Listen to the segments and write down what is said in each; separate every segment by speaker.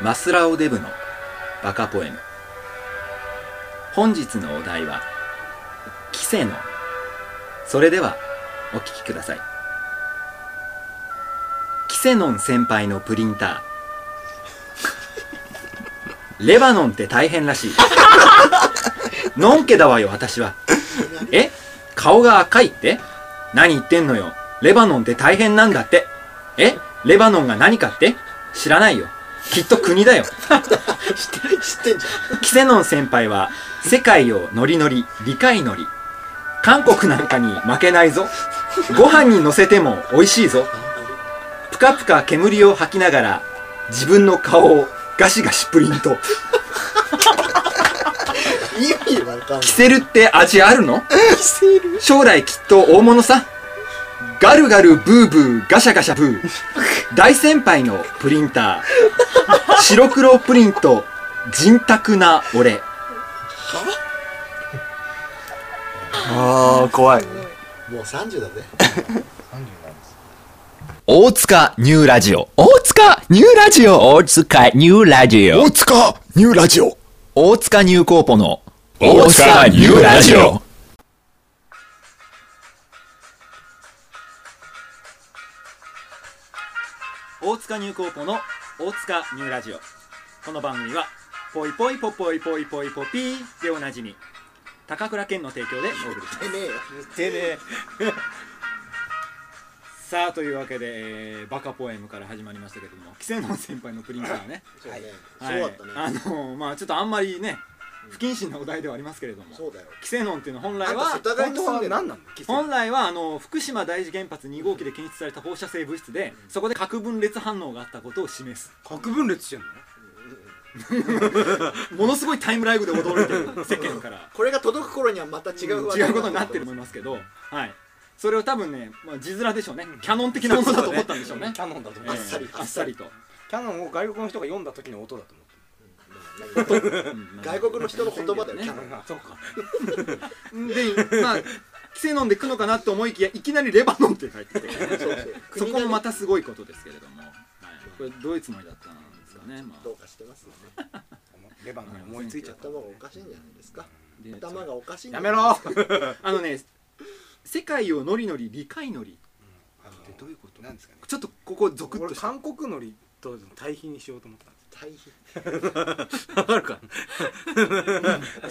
Speaker 1: マスラオデブのバカポエム本日のお題は「キセの」それではお聞きくださいキセノン先輩のプリンター レバノンって大変らしい のんけだわよ私はえ顔が赤いって何言ってんのよレバノンって大変なんだってえレバノンが何かって知らないよきっと国だよ
Speaker 2: 知って知ってんじ
Speaker 1: キセノン先輩は世界をノリノリ理解ノリ韓国なんかに負けないぞご飯に乗せても美味しいぞぷかぷか煙を吐きながら自分の顔をガシガシプリント
Speaker 2: ゃん意味わかんない
Speaker 1: キセルって味あるの
Speaker 2: キセル
Speaker 1: 将来きっと大物さガルガルブーブーガシャガシャブー大先輩のプリンター白黒プリント人卓な俺
Speaker 3: ああ怖い
Speaker 2: もう30だぜ
Speaker 1: 大塚ニューラジオ
Speaker 3: 大塚ニューラジオ大塚ニューラジオ
Speaker 4: 大塚ニューラジオ
Speaker 1: 大塚ニューコーポの
Speaker 3: 大塚ニューラジオ
Speaker 1: 大塚ニューコーポの大塚ニューラジオこの番組はポイポイポポイポイポイポピーでおなじみ高倉健の提供でお送りします
Speaker 2: えねえよ
Speaker 1: てね えさあというわけで、えーバカポエムから始まりましたけども稀勢の先輩のプリンターね
Speaker 2: そうね
Speaker 1: はい
Speaker 2: そうだったね、
Speaker 1: あのまあちょっとあんまりね不謹慎なお題ではありますけれども
Speaker 2: そうだよ
Speaker 1: 規制ノンっていうのは本来
Speaker 2: あんた世
Speaker 1: は
Speaker 2: 田谷に住んでる
Speaker 4: 本当は何なの
Speaker 2: キセル
Speaker 1: 本来はあの福島第一原発2号機で検出された放射性物質でそこで核分裂反応があったことを示す
Speaker 4: 核分裂してんの
Speaker 1: ものすごいタイムラグで驚いてる世間から
Speaker 2: これが届く頃にはまた違う話題
Speaker 1: 違うことになってると思いますけどはいそれを多分ね、まあ、字面でしょうねキャノン的なものだと思ったんでしょうね
Speaker 4: キャノンだと思
Speaker 1: え
Speaker 4: う
Speaker 1: ー
Speaker 2: あっさり
Speaker 1: あっさりと、
Speaker 4: キャノンを外国の人が読んだ時の音だと思
Speaker 1: うん
Speaker 2: 外国の人の言葉だよ、
Speaker 1: ね
Speaker 2: キャ
Speaker 4: っ
Speaker 2: ノン
Speaker 4: てそうか
Speaker 1: でまあ規制飲んでくのかなと思いきやいきなりレバノンって書いてて、
Speaker 2: そうそう
Speaker 1: そ こ
Speaker 2: 国が
Speaker 1: も
Speaker 2: ね
Speaker 1: またすごいことですけれども、はい、これどういうつもりだったんですかね、まあ
Speaker 2: どうかしてますよね
Speaker 4: レバノン思いついちゃった
Speaker 2: 頭がおかしいんじゃないですか
Speaker 1: で
Speaker 2: 頭がおかしいんじ
Speaker 4: や
Speaker 2: ゃ
Speaker 4: め
Speaker 2: ない
Speaker 4: ろ
Speaker 1: あのね世界をノリノリ理解ノリ
Speaker 4: どういうことなんですかね
Speaker 1: ちょっとここゾクッと
Speaker 4: 俺
Speaker 1: した
Speaker 4: 韓国のりと対比にしようと思ったんで
Speaker 2: 大変
Speaker 4: すわかるか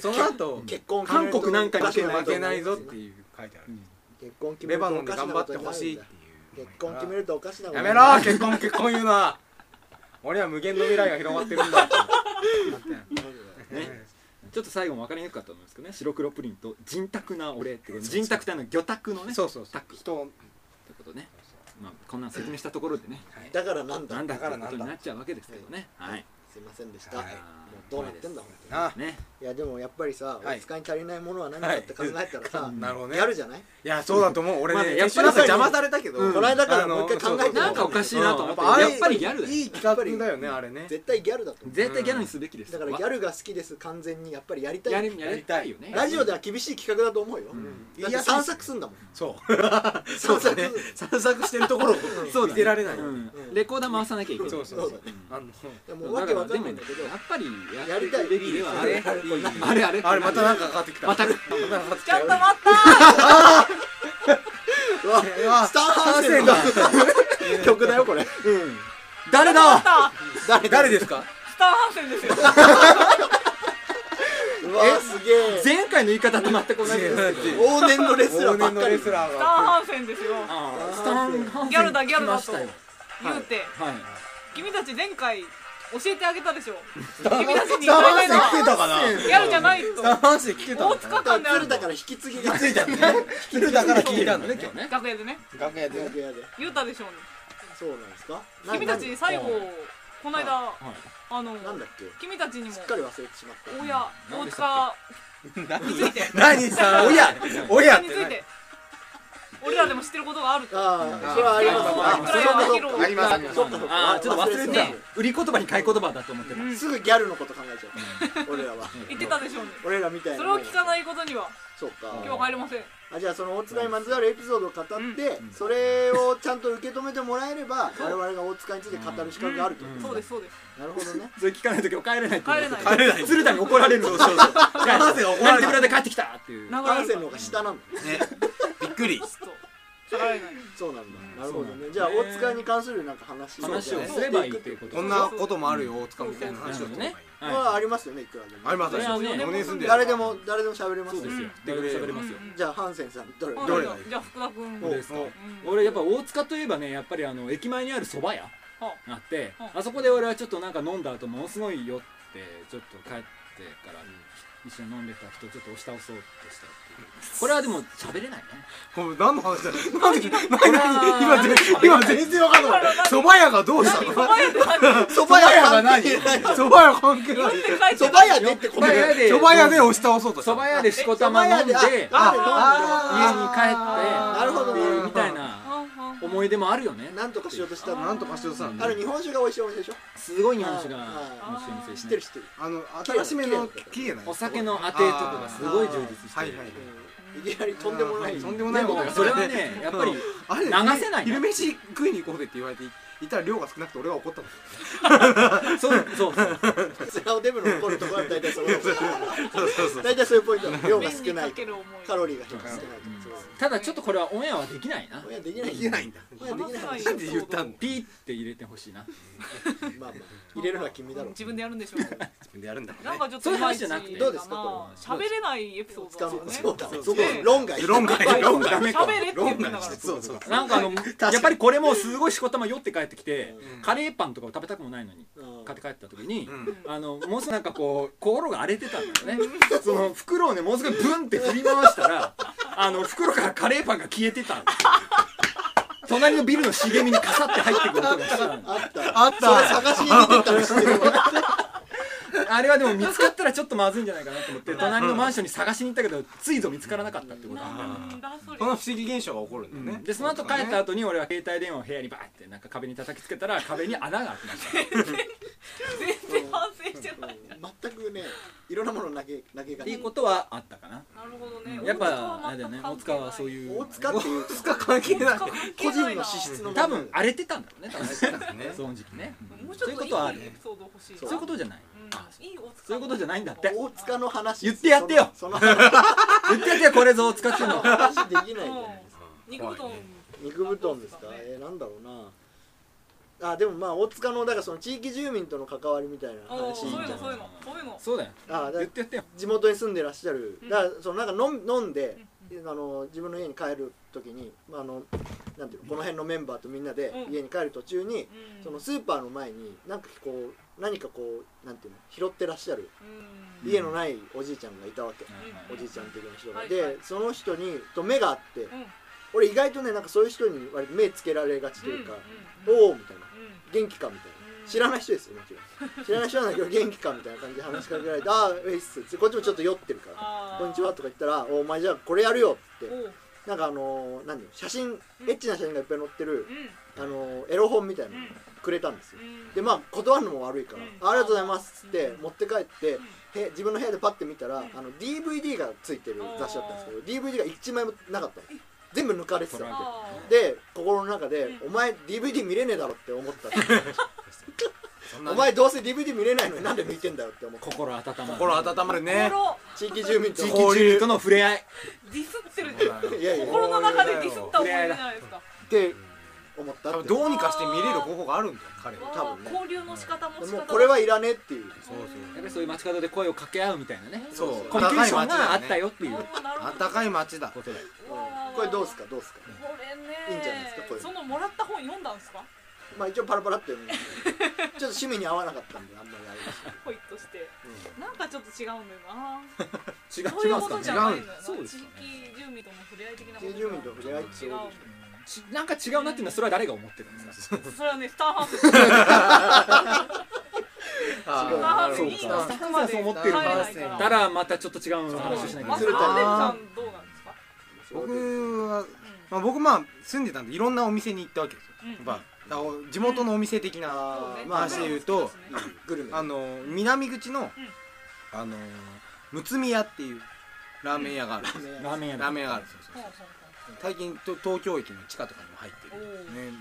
Speaker 4: その後
Speaker 2: 結婚
Speaker 1: 韓国なんかに
Speaker 2: に
Speaker 1: 負け
Speaker 4: 負
Speaker 1: な
Speaker 4: け
Speaker 1: い
Speaker 4: 負けないぞっていう書いてある
Speaker 2: 結婚決める
Speaker 4: レ
Speaker 2: と
Speaker 4: バノ
Speaker 2: お
Speaker 4: ンで
Speaker 2: かしな
Speaker 4: 頑張
Speaker 2: こ
Speaker 4: っ
Speaker 2: と
Speaker 4: て
Speaker 2: にな
Speaker 4: ほ
Speaker 2: る
Speaker 4: しい
Speaker 2: ん
Speaker 4: っ
Speaker 2: だ
Speaker 4: ていう
Speaker 2: 結婚決めるとおかしなこと
Speaker 4: や
Speaker 2: に
Speaker 4: めろ
Speaker 2: なる
Speaker 4: 結婚結婚言うな俺は無限の未来が広がってるんだって
Speaker 1: ねちょっと最後も分かりにくかったと思うんですけどね白黒プリント人卓な俺ってこと人卓ってあの魚卓のね
Speaker 4: そうそうそ
Speaker 1: タ
Speaker 4: う
Speaker 1: ックって
Speaker 4: 人を
Speaker 1: ことねまあこんなん説明したところでね
Speaker 2: だからなんだ
Speaker 1: なんだ
Speaker 4: だ
Speaker 1: っ
Speaker 4: から
Speaker 1: て
Speaker 4: なん
Speaker 1: こ
Speaker 4: だ
Speaker 1: とになっちゃうわけですけどねはい
Speaker 2: すいませんでした、
Speaker 4: はい
Speaker 2: もうどうなってんだ本当に
Speaker 4: な
Speaker 1: ね
Speaker 2: いやでもやっぱりさ、
Speaker 4: はい
Speaker 2: お使いに足りないものは何かって考えたらさ、
Speaker 4: はいなるほどね
Speaker 2: やるじゃない
Speaker 4: いやそうだと思う俺
Speaker 1: まあね
Speaker 4: ね
Speaker 1: やっぱり
Speaker 4: やっぱり邪魔されたけど、
Speaker 1: うん
Speaker 2: この間からもう一回考えて
Speaker 1: なんかおかしいなと思って
Speaker 4: うんあれ
Speaker 1: やっぱりギャルだよ
Speaker 4: いい企画だよねあれね
Speaker 2: 絶対ギャルだと思う
Speaker 1: 絶対ギャルにすべきです
Speaker 2: だからギャルが好きです完全にやっぱりやりた
Speaker 1: や
Speaker 2: い
Speaker 1: りやりたいよね
Speaker 2: ラジオでは厳しい企画だと思うよ、
Speaker 4: ん
Speaker 2: だって散策すんだもん
Speaker 4: そう
Speaker 2: 散策
Speaker 4: 散策してるところを
Speaker 1: そうだね
Speaker 4: 見てられない、
Speaker 1: うんレコーダー回さなきゃいけない
Speaker 4: そうそうそうあの
Speaker 2: でもう
Speaker 1: だか
Speaker 2: わけ
Speaker 1: ら
Speaker 2: わか
Speaker 1: で
Speaker 2: ん
Speaker 1: も
Speaker 2: ない
Speaker 1: や
Speaker 2: ん
Speaker 1: っ
Speaker 2: だけど
Speaker 1: ぱりや
Speaker 2: や
Speaker 1: り
Speaker 2: り
Speaker 1: た
Speaker 2: た
Speaker 1: い
Speaker 2: い
Speaker 1: べきではあれ
Speaker 4: あれ
Speaker 1: あれあれ
Speaker 4: あれまたなんかかかってきた
Speaker 1: また
Speaker 4: またかかってきたちょっと待った
Speaker 2: スターハンセンが曲だよこれ
Speaker 1: 誰だ
Speaker 2: 誰
Speaker 4: 誰ですか
Speaker 5: スターハンセンです よ。
Speaker 2: うわーすげえ
Speaker 1: 前回の言い方と全く同じですけ ど
Speaker 2: 往年のレスラー
Speaker 4: 往
Speaker 2: ば
Speaker 4: 年
Speaker 2: っ
Speaker 4: の
Speaker 2: か
Speaker 4: レ
Speaker 2: り
Speaker 4: スラー
Speaker 5: スター
Speaker 4: が
Speaker 5: ハンセンですよ。
Speaker 1: あースタンハンセン
Speaker 5: ギャルだギャル
Speaker 1: 来ま
Speaker 5: だ
Speaker 1: し
Speaker 5: と
Speaker 1: たよ
Speaker 5: 言うて、
Speaker 1: はい
Speaker 5: 君たち前回教えてあげたでしょ。
Speaker 4: スター
Speaker 5: 君たちに
Speaker 4: スター
Speaker 5: 言
Speaker 4: ハ
Speaker 5: わ
Speaker 4: ン
Speaker 5: れ
Speaker 4: セ
Speaker 5: た
Speaker 4: ン来てたかな
Speaker 5: ギャルじゃない
Speaker 4: スター
Speaker 5: と。
Speaker 4: ハンセン来てたの
Speaker 5: 大塚間であ
Speaker 2: 鶴
Speaker 5: る
Speaker 2: だから
Speaker 5: と。
Speaker 2: 引き継ぎがつ
Speaker 4: ついたのね来てたから聞いたのね今日ね
Speaker 5: 楽屋でね、
Speaker 4: 楽屋
Speaker 2: 楽屋で
Speaker 5: 言うたでしょうね。
Speaker 2: そうなんですか
Speaker 5: 君たち最後
Speaker 1: う、
Speaker 5: この間、あの、
Speaker 2: なんだっけ
Speaker 5: 君たちにも
Speaker 2: すっ、かり忘れてしまった
Speaker 5: 大家、
Speaker 1: なん
Speaker 5: 大
Speaker 1: でした
Speaker 5: 塚について、
Speaker 4: 何さ
Speaker 1: おや
Speaker 4: おやっ
Speaker 5: につ
Speaker 4: て
Speaker 5: い
Speaker 4: 何
Speaker 5: て、俺らでも知ってることがあると
Speaker 2: ああ、それはあります
Speaker 5: あ
Speaker 2: わ。
Speaker 5: あ
Speaker 2: あ
Speaker 5: ります
Speaker 6: あ
Speaker 2: そ
Speaker 6: りますありま
Speaker 2: うか
Speaker 6: す
Speaker 2: そうかそうか
Speaker 1: ああちょっと忘れてた
Speaker 2: た
Speaker 1: 売り言葉に買い言葉だと思ってた、
Speaker 5: うん
Speaker 2: すぐギャルのこと考えちゃう。俺らは。
Speaker 5: 言ってたでしょうね
Speaker 2: 俺らみたいな。
Speaker 5: それを聞かないことには
Speaker 2: そうか。
Speaker 5: 今日入れません
Speaker 2: あじゃあその大塚にまつわるエピソードを語って、
Speaker 1: ん
Speaker 2: それをちゃんと受け止めてもらえれば我々が大塚について語る資格があるってこと
Speaker 1: うん
Speaker 5: そうですそうです
Speaker 2: なるほどね
Speaker 1: それ聞かないと今日帰れないって
Speaker 5: 帰れない
Speaker 1: 帰れない鶴田に怒られるそうそうそう
Speaker 4: 博士が怒られる
Speaker 1: てく れて帰ってきたっていう
Speaker 5: 流
Speaker 2: 感
Speaker 5: れ
Speaker 2: 性
Speaker 5: る
Speaker 2: の方が下なんだ
Speaker 4: ねびっくり
Speaker 5: ちょっと流れない
Speaker 2: そうなんだ、なるほどね
Speaker 1: そうなんだ
Speaker 2: じゃあ大塚に関するなんか話を
Speaker 1: 話を
Speaker 2: ね
Speaker 1: すればいいっていうこと
Speaker 4: こんなこともあるよ大塚みたいな話を
Speaker 1: ね、
Speaker 2: ま
Speaker 1: は
Speaker 2: あありますよねいくらでも
Speaker 4: あります
Speaker 1: それはね
Speaker 4: 4年住んでる
Speaker 2: 誰でも誰でも喋れま
Speaker 1: い、
Speaker 2: す
Speaker 1: そう
Speaker 2: よ
Speaker 1: ですよ
Speaker 4: うん
Speaker 1: 誰でも喋れますよ、
Speaker 5: うんうん
Speaker 2: じゃあハンセンさんどれ
Speaker 5: うん
Speaker 4: どれがいい
Speaker 5: じゃあ福田君
Speaker 2: お
Speaker 1: どうですか
Speaker 4: お
Speaker 5: うん
Speaker 1: 俺やっぱ大塚といえばねやっぱりあの駅前にある蕎麦屋
Speaker 5: は
Speaker 1: あって
Speaker 5: は
Speaker 1: あそこで俺はちょっとなんか飲んだ後ものすごい酔ってちょっと帰ってから一緒に飲んでた人をちょっと押し倒そうとしたっていうこれはでも喋れないね
Speaker 4: これ何の話だよ
Speaker 1: これは
Speaker 4: 今全然わかんない蕎麦屋がどうした
Speaker 5: 何
Speaker 4: の
Speaker 5: お前って何
Speaker 2: そば屋が何
Speaker 4: 蕎麦屋関係ない
Speaker 5: 何
Speaker 2: そば屋でってこ
Speaker 1: 蕎麦屋で
Speaker 4: 蕎麦屋で押し倒そうとした
Speaker 1: 蕎
Speaker 4: の
Speaker 1: 麦屋でしこたま飲んで家に帰って
Speaker 2: ああ
Speaker 4: あ
Speaker 2: なるほどね
Speaker 1: みたいな思い出もあるよね
Speaker 2: なんとかしようとした
Speaker 4: な
Speaker 2: の
Speaker 4: んとかしようとしたんだ
Speaker 2: あれ日本酒が美味しいお店でしょ
Speaker 1: すごい日本酒が
Speaker 2: あ
Speaker 1: 面白い店です
Speaker 2: 知
Speaker 1: ね
Speaker 2: ってる知ってる、
Speaker 4: あの新しめのキーエな
Speaker 1: お酒のあてとかがすごい充実して
Speaker 4: はい
Speaker 1: る
Speaker 4: はい
Speaker 2: うんいきなりとんでもない、
Speaker 4: とんで
Speaker 2: も
Speaker 4: もな
Speaker 1: で
Speaker 4: いこと
Speaker 1: も
Speaker 4: が
Speaker 1: それはねやっぱり
Speaker 4: あれ
Speaker 1: 流せない
Speaker 4: 昼飯食いに行こうぜって言われていたら量が少なくて俺は怒ったんですよ
Speaker 1: そうそうそう
Speaker 2: スラオデブの怒るところは大体そう
Speaker 4: そうそうそう
Speaker 2: 大体そういうポイントなの量が
Speaker 5: 麺
Speaker 2: 少
Speaker 5: に
Speaker 2: な
Speaker 5: か
Speaker 2: い
Speaker 5: ける思い
Speaker 2: カロリーが低く少ないと
Speaker 1: ただちょっとこれはオンエアはできないな
Speaker 2: そう親できない
Speaker 4: いけないんだ
Speaker 2: 親できない
Speaker 5: 話
Speaker 4: なんで言ったの
Speaker 1: ピーって入れてほしいな
Speaker 2: まあまあ入れるのは君だろ
Speaker 5: 自分でやるんでしょう
Speaker 4: 自分でやるんだから
Speaker 5: な
Speaker 4: ね
Speaker 5: んかちょっといまい
Speaker 1: そ
Speaker 5: ち
Speaker 1: ういう話じゃなくて
Speaker 2: どうですか
Speaker 5: まあ
Speaker 1: これ
Speaker 5: 喋れないエピソー
Speaker 2: 使う
Speaker 5: ド
Speaker 2: の
Speaker 5: です
Speaker 2: そ
Speaker 5: よ
Speaker 2: う
Speaker 5: ね
Speaker 2: だ
Speaker 4: そう
Speaker 2: そこ
Speaker 5: ね
Speaker 2: 論外
Speaker 4: 論外論外
Speaker 1: ダメか
Speaker 5: 喋れって言うんだから
Speaker 4: そうそう
Speaker 1: なんかあの
Speaker 2: かに
Speaker 1: やっぱりこれもすごいしこたま酔って帰ってきて
Speaker 4: うん
Speaker 1: カレーパンとかを食べたくもないのに
Speaker 2: うん
Speaker 1: 買って帰った時に
Speaker 4: うん
Speaker 1: あのもうすぐなんかこう心が荒れてたんだよね その袋をねもうすぐブンって振り回した らあの袋からカレーパンが消えてたんですよ隣のビルの茂みにかさって入ってくる音がしたんだよ
Speaker 2: あった
Speaker 4: あっ
Speaker 2: それ探
Speaker 4: た
Speaker 2: しに出てったら知ってるわ
Speaker 1: あれはでも見つかったらちょっとまずいんじゃないかなと思って隣のマンションに探しに行ったけどついぞ見つからなかったってこと
Speaker 5: なんだそれ
Speaker 4: この不思議現象が起こるんだよね
Speaker 1: でその後帰った後に俺は携帯電話を部屋にバーってなんか壁に叩きつけたら壁に穴が開きました
Speaker 5: 全然反省してない
Speaker 2: うん全くねいろんなもの投げ投げが
Speaker 1: っていうことはあったかな
Speaker 5: なるほどね
Speaker 1: やっぱあれだよね大塚はそう
Speaker 5: う
Speaker 1: いう
Speaker 2: 大塚っていう
Speaker 4: つか関係ない
Speaker 2: 個人の資質の問題
Speaker 1: 多分荒れてたんだろうね多分その時期ね
Speaker 5: もうち
Speaker 1: そうい
Speaker 5: ょっ
Speaker 1: う
Speaker 5: と
Speaker 1: こ
Speaker 5: いい
Speaker 1: とはある
Speaker 5: エピソード欲しいな
Speaker 1: そういうことじゃない
Speaker 5: うんいい大塚
Speaker 1: そういうことじゃないんだって
Speaker 2: 大塚の話
Speaker 1: 言ってやってよ
Speaker 2: そのその話
Speaker 1: 言ってやってよこれぞ使ってん
Speaker 2: そ
Speaker 1: の
Speaker 2: の話できないんだ
Speaker 5: う
Speaker 2: よ
Speaker 5: ん
Speaker 2: ね
Speaker 5: 肉うどん
Speaker 2: 肉布団ですか
Speaker 5: そうですね
Speaker 2: えー、なんだろうなあでもまあ大塚のだからその地域住民との関わりみたいな
Speaker 5: おー
Speaker 2: 話
Speaker 5: そういうのそういうのそういうの
Speaker 1: そうだよ
Speaker 2: あだ
Speaker 1: 言ってやってよ
Speaker 2: 地元に住んでらっしゃる
Speaker 5: うん
Speaker 2: だからそのなんか飲ん飲んで、あの自分の家に帰る時にまああのなんていうのこの辺のメンバーとみんなで
Speaker 5: うん
Speaker 2: 家に帰る途中に、
Speaker 5: うん
Speaker 2: そのスーパーの前になんかこう何かこうなんていうの拾ってらっしゃる
Speaker 5: うん
Speaker 2: 家のないおじいちゃんがいたわけ、
Speaker 5: ん
Speaker 2: おじいちゃん的な人が、
Speaker 5: はい
Speaker 2: で、
Speaker 5: はい
Speaker 2: その人にと目があって、
Speaker 5: ん
Speaker 2: 俺意外とねなんかそういう人に割と目つけられがちというか、
Speaker 5: うんうん
Speaker 2: おおみたいな
Speaker 5: うん
Speaker 2: 元気かみたい
Speaker 5: うん
Speaker 2: な知らない人ですよもちろん知らない人なんだけど元気かみたいな感じで話しかけられ て「ああウェイっす」こっちもちょっと酔ってるから「
Speaker 5: あー
Speaker 2: こんにちは」とか言ったら「おお前じゃあこれやるよ」っ
Speaker 5: お
Speaker 2: て
Speaker 5: う
Speaker 2: なんかあのー、何写真エッチな写真がいっぱい載ってる
Speaker 5: う、ん
Speaker 2: あのーエロ本みたいなの
Speaker 5: うん
Speaker 2: くれたんですよ
Speaker 5: うん
Speaker 2: でまあ断るのも悪いから
Speaker 5: うん
Speaker 2: 「あありがとうございます」っつって
Speaker 5: うん
Speaker 2: 持って帰ってへ自分の部屋でパッて見たら
Speaker 5: う
Speaker 2: あ
Speaker 5: ん
Speaker 2: の DVD がついてる雑誌だったんですけど DVD が1枚もなかったの全部抜かれてたの
Speaker 5: あー
Speaker 2: で心の中で「
Speaker 5: う
Speaker 2: お前 DVD 見れねえだろ」って思ったって
Speaker 4: そんな
Speaker 2: お前どうせ DVD 見れないのになんで見てんだよって思った
Speaker 1: 心温まる
Speaker 4: 心温まるね
Speaker 5: 心
Speaker 2: 地域住民と
Speaker 1: 地
Speaker 2: の
Speaker 1: 域住民との触れ合い
Speaker 5: ディスってる
Speaker 2: いやいやっ
Speaker 5: 心の中でディスった思い出じゃないですか
Speaker 2: て思った
Speaker 4: 多
Speaker 2: っ
Speaker 4: 分
Speaker 2: て
Speaker 4: どうにかして見れる方法があるんだよ彼は
Speaker 2: 多分ね
Speaker 5: 交流の仕方も仕方
Speaker 2: もう
Speaker 5: だし
Speaker 2: これはいらねえっていう
Speaker 4: そう
Speaker 1: やっぱりそういう街角で声を掛け合うみたいなね
Speaker 4: そうそう
Speaker 1: コミュニケーションがあったよっていう
Speaker 5: あーなるほど
Speaker 4: 暖かい街だ
Speaker 1: ことだよ
Speaker 5: うわー
Speaker 2: これどうすかどうすか
Speaker 5: これ
Speaker 2: い
Speaker 5: ね
Speaker 2: いんじゃないですかこれ
Speaker 5: そのもらった本読んだんですか
Speaker 2: まあ一応パラパラって読んだ けどちょっと趣味に合わなかったんであんまりあれでしたけ
Speaker 5: ほいっとしてなんかちょっと違うんだよな
Speaker 1: 違
Speaker 5: そういうことじゃないのよな
Speaker 1: 違うんです
Speaker 5: 地
Speaker 1: かね
Speaker 5: 域住民との触れ合い的な
Speaker 2: ど地域住民との触れ合いってそういうことでし
Speaker 1: ちなんか違うなっていうのはそれは誰が思ってるんですか
Speaker 5: 違うそれはねスターハウス
Speaker 4: あ
Speaker 2: 違う
Speaker 4: ーなるほど
Speaker 5: いい
Speaker 1: ス
Speaker 5: な
Speaker 1: タッフはそう思ってる
Speaker 5: 帰れないか
Speaker 1: た
Speaker 5: ら
Speaker 1: らまたちょっと違う話をしない
Speaker 5: ま
Speaker 1: と
Speaker 5: ず
Speaker 1: いけ
Speaker 5: アン
Speaker 1: ない
Speaker 5: デルさんどうなんですか
Speaker 2: ょ
Speaker 4: 僕はまあ、僕まあ住んでたんでいろんなお店に行ったわけですよ、
Speaker 5: うん
Speaker 4: やっぱだからお地元のお店的な
Speaker 2: そうね
Speaker 4: まあ話で言うと、
Speaker 2: グルメ
Speaker 4: あの南口の、あのむつみ屋っていうラーメン屋があるんですよ
Speaker 1: ラーメン屋
Speaker 4: ラー
Speaker 1: だ
Speaker 4: メン屋があるんですよそう
Speaker 5: ほう
Speaker 4: そ
Speaker 5: ほう
Speaker 4: う最近と東京駅の地下とかにも入ってる、
Speaker 5: お
Speaker 4: ね、
Speaker 5: ほう名店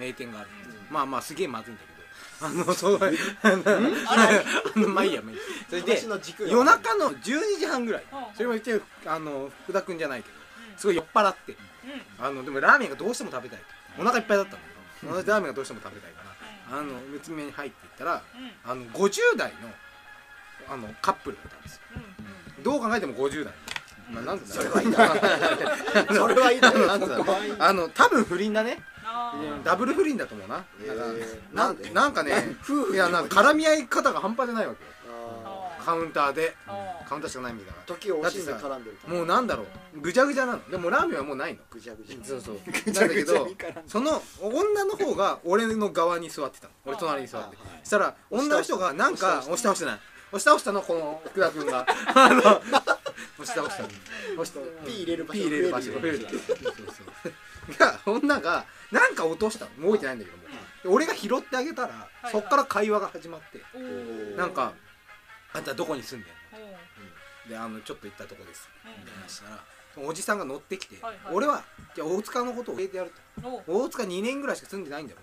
Speaker 4: 名店があるんですよ、まあまあすげえまずいんだけどあのそうあの あのまあいいやまあいいやそれで
Speaker 2: 話の軸が
Speaker 4: 夜中の12時半ぐらい
Speaker 5: ほうほう
Speaker 4: それも言ってあの福田君じゃないけど
Speaker 5: うん
Speaker 4: すごい酔っ払って
Speaker 5: うんうん
Speaker 4: あのでもラーメンがどうしても食べたいとお腹いっぱいだったの同じラーメンがどうしても食べたいからあのむつみ屋に入っていったらあの50代のあのカップルだったんですよどう考えても50代、まあ、なんでだろう
Speaker 2: それはいいだろ
Speaker 4: なんつうのあの多分不倫だね
Speaker 5: あ
Speaker 4: ダブル不倫だと思うな
Speaker 2: えー
Speaker 4: な
Speaker 2: なんん
Speaker 4: か
Speaker 2: で
Speaker 4: な んかねいやなんか絡み合い方が半端じゃないわけよ
Speaker 2: あ
Speaker 5: ー
Speaker 4: カウンターで
Speaker 5: あ
Speaker 4: カウンターしかないみたい
Speaker 2: ー時を惜しんで絡んでる
Speaker 4: なもうなんだろうぐちゃぐちゃなのでもラーメンはもうないの
Speaker 2: ぐじゃぐじゃ
Speaker 4: そうそうなんだけどその女の方が俺の側に座ってたの俺隣に座って
Speaker 2: はい
Speaker 4: そしたら女の人がなんか押
Speaker 2: 押
Speaker 4: し
Speaker 2: し
Speaker 4: 倒してない押し倒したのこの福田君があの 押し倒したの押し倒
Speaker 2: ピー入れる場所
Speaker 4: ピー入れる場所
Speaker 2: 増える
Speaker 4: が女がなんか落としたの動いてないんだけどもで俺が拾ってあげたら
Speaker 5: い
Speaker 4: そっから会話が始まって
Speaker 5: おー
Speaker 4: なんか「あんたどこに住んでんの?
Speaker 5: おーうんうん」
Speaker 4: であの「ちょっと行ったとこです」みたいな話したらそのおじさんが乗ってきて
Speaker 5: はいはい
Speaker 4: 俺はじゃあ大塚のことを教えてやると
Speaker 5: おー
Speaker 4: 大塚2年ぐらいしか住んでないんだよ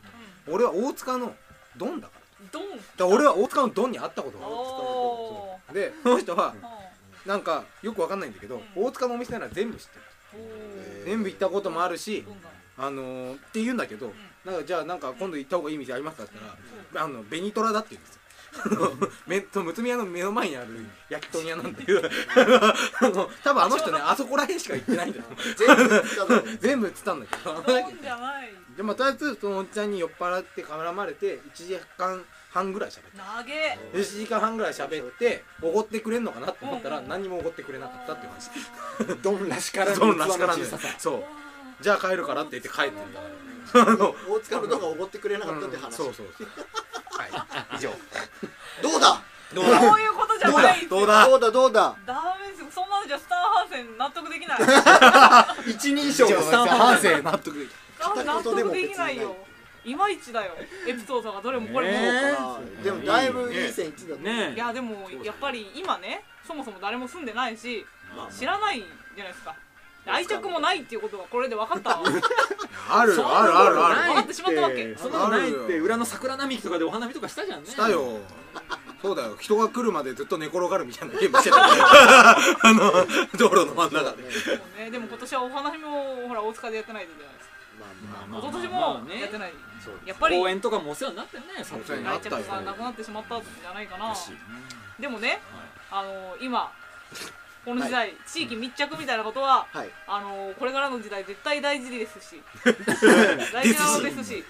Speaker 4: 俺は大塚のドンだから
Speaker 5: うんド
Speaker 4: だ
Speaker 5: ン
Speaker 4: から俺は大塚のドンに会ったことがある
Speaker 5: お
Speaker 4: そうでこの人は
Speaker 5: ーは
Speaker 4: なんかよくわかんないんだけど
Speaker 5: うん
Speaker 4: 大塚のお店なら全部知ってる
Speaker 5: あおー
Speaker 4: 全部行ったこともあるし
Speaker 5: ドンだ
Speaker 4: あのー、って言うんだけどなんかじゃあなんか今度行った方がいい店ありますかって言ったらあのベニトラだって言うんですよ めとむつみ屋の目の前にある焼き鳥屋なんだけど あの多分あの人ねあそこらへんしか行ってないんだよ
Speaker 2: 全部使うの
Speaker 4: 全部映ったんだけど
Speaker 5: ドンじゃない
Speaker 4: でまあとりあえずそのおっちゃんに酔っ払って絡まれて1時間半ぐらい喋って
Speaker 5: 投げ
Speaker 4: 1時間半ぐらい喋っておごってくれんのかなと思ったら
Speaker 5: うん
Speaker 4: 何もおごってくれなかったっていう話
Speaker 1: ドンらしから
Speaker 4: そんなしからぬ
Speaker 1: 器の小ささ
Speaker 4: そうじゃあ帰るからって言って帰ってんだから
Speaker 2: 大塚のドンがおごってくれなかったって
Speaker 4: うん
Speaker 2: 話
Speaker 4: そうそうそうはい以上
Speaker 2: どうだ
Speaker 4: どう
Speaker 5: そういうことじゃないですよ
Speaker 4: どうだ
Speaker 2: どうだどうだ
Speaker 5: ダメですよそんなのじゃスターハンセン納得できない
Speaker 2: 一人称
Speaker 4: 以上反省納得でき
Speaker 5: 納得できないよいまいちだよエピソードがどれもこれも、
Speaker 1: ねえ
Speaker 2: でもだいぶいい線いってた
Speaker 5: い
Speaker 1: ね
Speaker 5: やでもやっぱり今ねそもそも誰も住んでないし
Speaker 2: まあ
Speaker 5: 知らないじゃないですかで愛着もないっていうことがこれで分かったわ分
Speaker 4: たあるよあるあるあ
Speaker 1: ない
Speaker 4: る
Speaker 5: かってしまったわけ
Speaker 1: えそんなのないって裏の桜並木とかでお花見とかしたじゃんね
Speaker 4: したよそうだよ人が来るまでずっと寝転がるみたいなゲームしてたよあの道路の真ん中で
Speaker 5: そうねでも今年はお花見もほら大塚でやってないじゃないですか
Speaker 2: ま
Speaker 1: ま
Speaker 2: あ
Speaker 1: あ
Speaker 2: ま
Speaker 1: ま
Speaker 2: あ
Speaker 1: あ
Speaker 5: 一昨年
Speaker 1: まあ
Speaker 5: も
Speaker 1: ね
Speaker 5: やってない
Speaker 2: そう
Speaker 5: やっぱり
Speaker 1: 公園とかもお世話になってるね
Speaker 4: お世話になっ
Speaker 5: 愛
Speaker 4: た
Speaker 5: 着
Speaker 4: よ
Speaker 5: がなくなってしまったんじゃないかな
Speaker 1: らしいね
Speaker 5: でもねあの今この時代地域密着みたいなことは
Speaker 2: はい
Speaker 5: あのこれからの時代絶対大事ですし大
Speaker 4: です
Speaker 5: 事
Speaker 4: し
Speaker 5: なのですし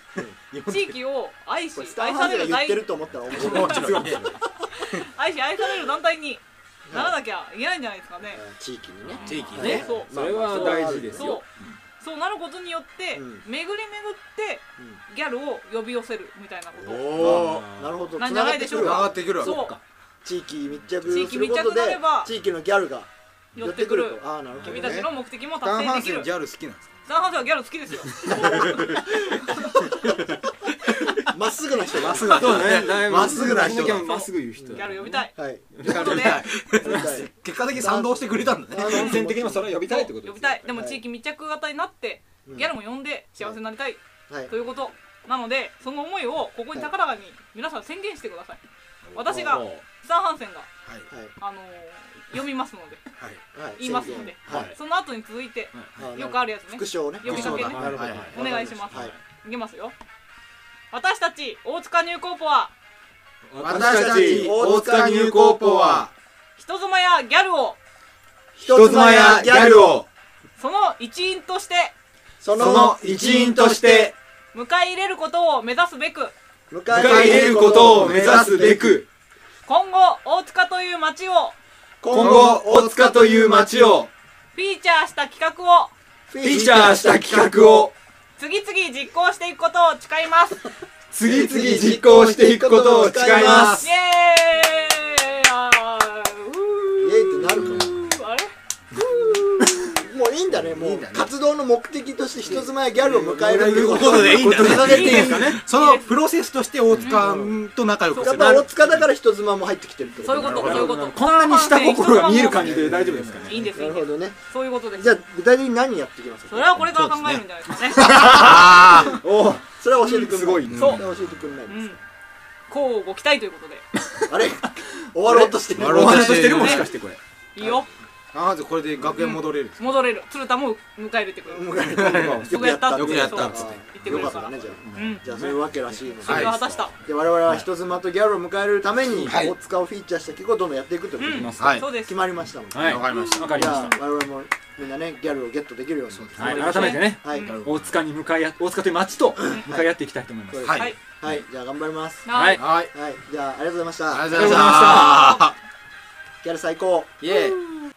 Speaker 5: 地域を愛し
Speaker 2: これスター
Speaker 5: 愛
Speaker 2: ハ
Speaker 5: さ
Speaker 2: ンセ
Speaker 5: れ
Speaker 2: ンが言っ
Speaker 5: る大
Speaker 2: てると思ったら面白い
Speaker 4: もちろん
Speaker 5: 愛し愛される団体にならなきゃいけないんじゃないですかね。
Speaker 2: 地域にね
Speaker 4: 地域
Speaker 1: ね
Speaker 4: ね
Speaker 5: そう
Speaker 1: それは大事です
Speaker 5: そう
Speaker 1: よ
Speaker 5: そうなることによって、
Speaker 2: うん
Speaker 5: 巡り巡ってギャルを呼び寄せるみたいなこと
Speaker 4: おお
Speaker 1: あー
Speaker 2: なるほど
Speaker 5: なんじゃないでしょう
Speaker 4: 上
Speaker 5: か
Speaker 4: がってくるわ
Speaker 5: そう
Speaker 1: か
Speaker 2: 地域密着す
Speaker 5: 地域
Speaker 2: る
Speaker 5: 密
Speaker 2: こと
Speaker 5: 着
Speaker 2: で
Speaker 5: なれば
Speaker 2: 地域のギャルが
Speaker 5: 寄ってくる
Speaker 2: とああなるほど
Speaker 5: 君
Speaker 2: ね
Speaker 5: たちの目的も
Speaker 4: ダ
Speaker 5: 達
Speaker 4: ンハ
Speaker 5: 成
Speaker 4: ン
Speaker 5: でき
Speaker 4: セン
Speaker 5: る
Speaker 4: ジャル好きなんですか
Speaker 5: ダンハンセンはギャル好きですよ
Speaker 2: まっすぐな人
Speaker 4: まっすぐな人
Speaker 1: そうねだいぶ
Speaker 4: まっすぐな人だ
Speaker 1: まっすぐ言う人
Speaker 5: ギャル呼びたい
Speaker 2: はい
Speaker 5: ということで
Speaker 4: 結果的に賛同してくれたんだね
Speaker 2: あの
Speaker 1: 金銭的にもそれは呼びたいってことで
Speaker 5: 呼び
Speaker 1: すよ
Speaker 5: たいでも地域密着型になって、
Speaker 2: うん
Speaker 5: ギャルも呼んで幸せになりたい
Speaker 2: はい
Speaker 5: ということなのでその思いをここに高らかに皆さん宣言してください私がスタンハンセンが、
Speaker 4: はい
Speaker 2: はい
Speaker 5: あのー読みますので
Speaker 4: はい
Speaker 2: はい
Speaker 5: 言いますので
Speaker 2: はい
Speaker 5: その後に続いて
Speaker 2: あ
Speaker 5: よくあるやつね
Speaker 2: 副賞ね
Speaker 5: 呼びか
Speaker 2: 副
Speaker 5: けね
Speaker 2: 賞だなるほど
Speaker 4: はいはい
Speaker 5: お願いします
Speaker 2: はい
Speaker 5: いきますよ私たち大塚ニューコーポは
Speaker 4: 私たち大塚ニューコーポは
Speaker 5: 人妻やギャルを
Speaker 2: 人妻やギャルを
Speaker 4: を
Speaker 5: その一員として
Speaker 2: そ
Speaker 4: その一員として
Speaker 5: 迎え入れることを目指すべく
Speaker 2: 迎
Speaker 4: 迎え入れることを目指すべく
Speaker 5: 今後大塚という街を
Speaker 4: 今後大塚という街を
Speaker 5: フィーチャーした企画を
Speaker 2: フ
Speaker 4: フィーチャーした企画を
Speaker 5: 次々実行していくことを誓います
Speaker 4: 次々実行していくことを誓います
Speaker 5: イエーイあーうー
Speaker 2: イエーイってなるか
Speaker 5: あれ
Speaker 2: もういいんだねも
Speaker 4: いい
Speaker 2: うん
Speaker 4: だね
Speaker 2: 活動の目的として人妻やギャルを迎えるっていう
Speaker 4: こ
Speaker 2: ことと
Speaker 4: でいいんだ
Speaker 2: 掲げていいんだ
Speaker 4: ね。そのプロセスとして大塚と仲良く
Speaker 2: やっぱ大塚だから人妻も入ってきてるってこと
Speaker 5: そういうことそういうこと
Speaker 7: こんなに下心が見える感じで大丈夫ですかね
Speaker 5: いいんです
Speaker 2: ない
Speaker 5: い
Speaker 2: る
Speaker 5: んで
Speaker 2: ほ
Speaker 5: す
Speaker 2: どね
Speaker 5: そういうことです
Speaker 2: じゃあ具体的に何やっていきます
Speaker 5: そ
Speaker 2: か
Speaker 5: れはこれから考えるんじゃないですかね
Speaker 4: あ
Speaker 7: おお
Speaker 2: それは教えてくんない
Speaker 7: すごい
Speaker 5: そ
Speaker 2: それは教えてくんない
Speaker 5: うんこうご期待ということで
Speaker 2: あれ終わろうとしてる
Speaker 4: 終
Speaker 7: お
Speaker 4: わろう
Speaker 7: 話としてるもしかしてこれ
Speaker 5: いいよ
Speaker 4: あ。まずこれで楽屋戻れる。
Speaker 5: 戻れる鶴田も迎えるってくる
Speaker 2: 迎える
Speaker 5: よくやった
Speaker 4: よくやったっつ
Speaker 5: そ
Speaker 4: っ
Speaker 5: う
Speaker 4: て
Speaker 5: 言ってく
Speaker 2: よ
Speaker 5: れ
Speaker 2: か
Speaker 5: る
Speaker 2: っ
Speaker 5: か
Speaker 2: た
Speaker 5: ら
Speaker 2: ねじゃあ
Speaker 5: うん
Speaker 2: じゃあそういうわけらしいので
Speaker 5: それを果たした
Speaker 2: で我々は人妻とギャルを迎えるために
Speaker 4: はい
Speaker 2: 大塚をフィーチャーした曲をどんどんやっていくということ
Speaker 5: うん
Speaker 2: が
Speaker 4: はい
Speaker 5: そうです
Speaker 2: 決まりましたので
Speaker 7: はい
Speaker 4: わかりました
Speaker 7: わかり
Speaker 2: じ
Speaker 7: ま
Speaker 2: ゃあ
Speaker 7: した
Speaker 2: 我々もみんなねギャルをゲットできるように
Speaker 4: です
Speaker 7: はい
Speaker 5: そうです
Speaker 7: 改
Speaker 5: ね
Speaker 7: めてね
Speaker 2: はい
Speaker 5: うん
Speaker 7: 大塚に向かい合大塚という町と向かい合っていきたいと思います
Speaker 2: はい
Speaker 4: はい。
Speaker 2: はいじゃあ頑張ります
Speaker 5: は
Speaker 7: はい
Speaker 5: い
Speaker 4: はい。
Speaker 2: はいじゃあありがとうございまし
Speaker 4: ありが
Speaker 2: た
Speaker 4: とうございました。
Speaker 2: ギャル最高
Speaker 4: イエーイ。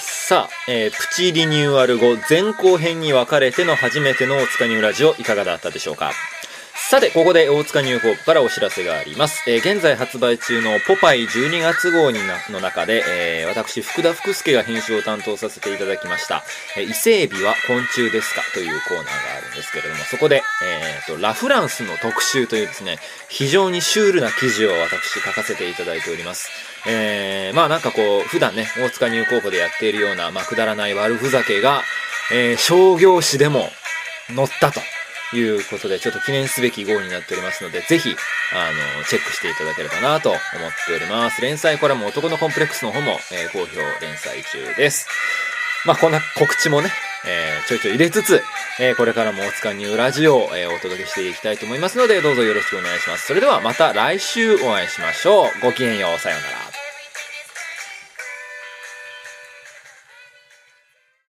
Speaker 1: さあ、えープチリニューアル後前後編に分かれての初めての大塚ニューラジオいかがだったでしょうかさてここで大塚ニューホープからお知らせがあります、えー現在発売中の「ポパイ」12月号になの中で、えー私福田福助が編集を担当させていただきました「えー伊勢エビは昆虫ですか?」というコーナーがあるんですけれどもそこで、えーとラ・フランスの特集というですね非常にシュールな記事を私書かせていただいておりますえーまあなんかこう、普段ね、大塚入候補でやっているような、まあくだらない悪ふざけが、えー商業誌でも載ったということで、ちょっと記念すべき号になっておりますので、ぜひ、あの、チェックしていただければなと思っております。連載コラム男のコンプレックスの方も、えー好評連載中です。まあこんな告知もね、えーちょいちょい入れつつ、えーこれからも大塚ニューラジオを、えーお届けしていきたいと思いますので、どうぞよろしくお願いします。それではまた来週お会いしましょう。ごきげんよう。さようなら。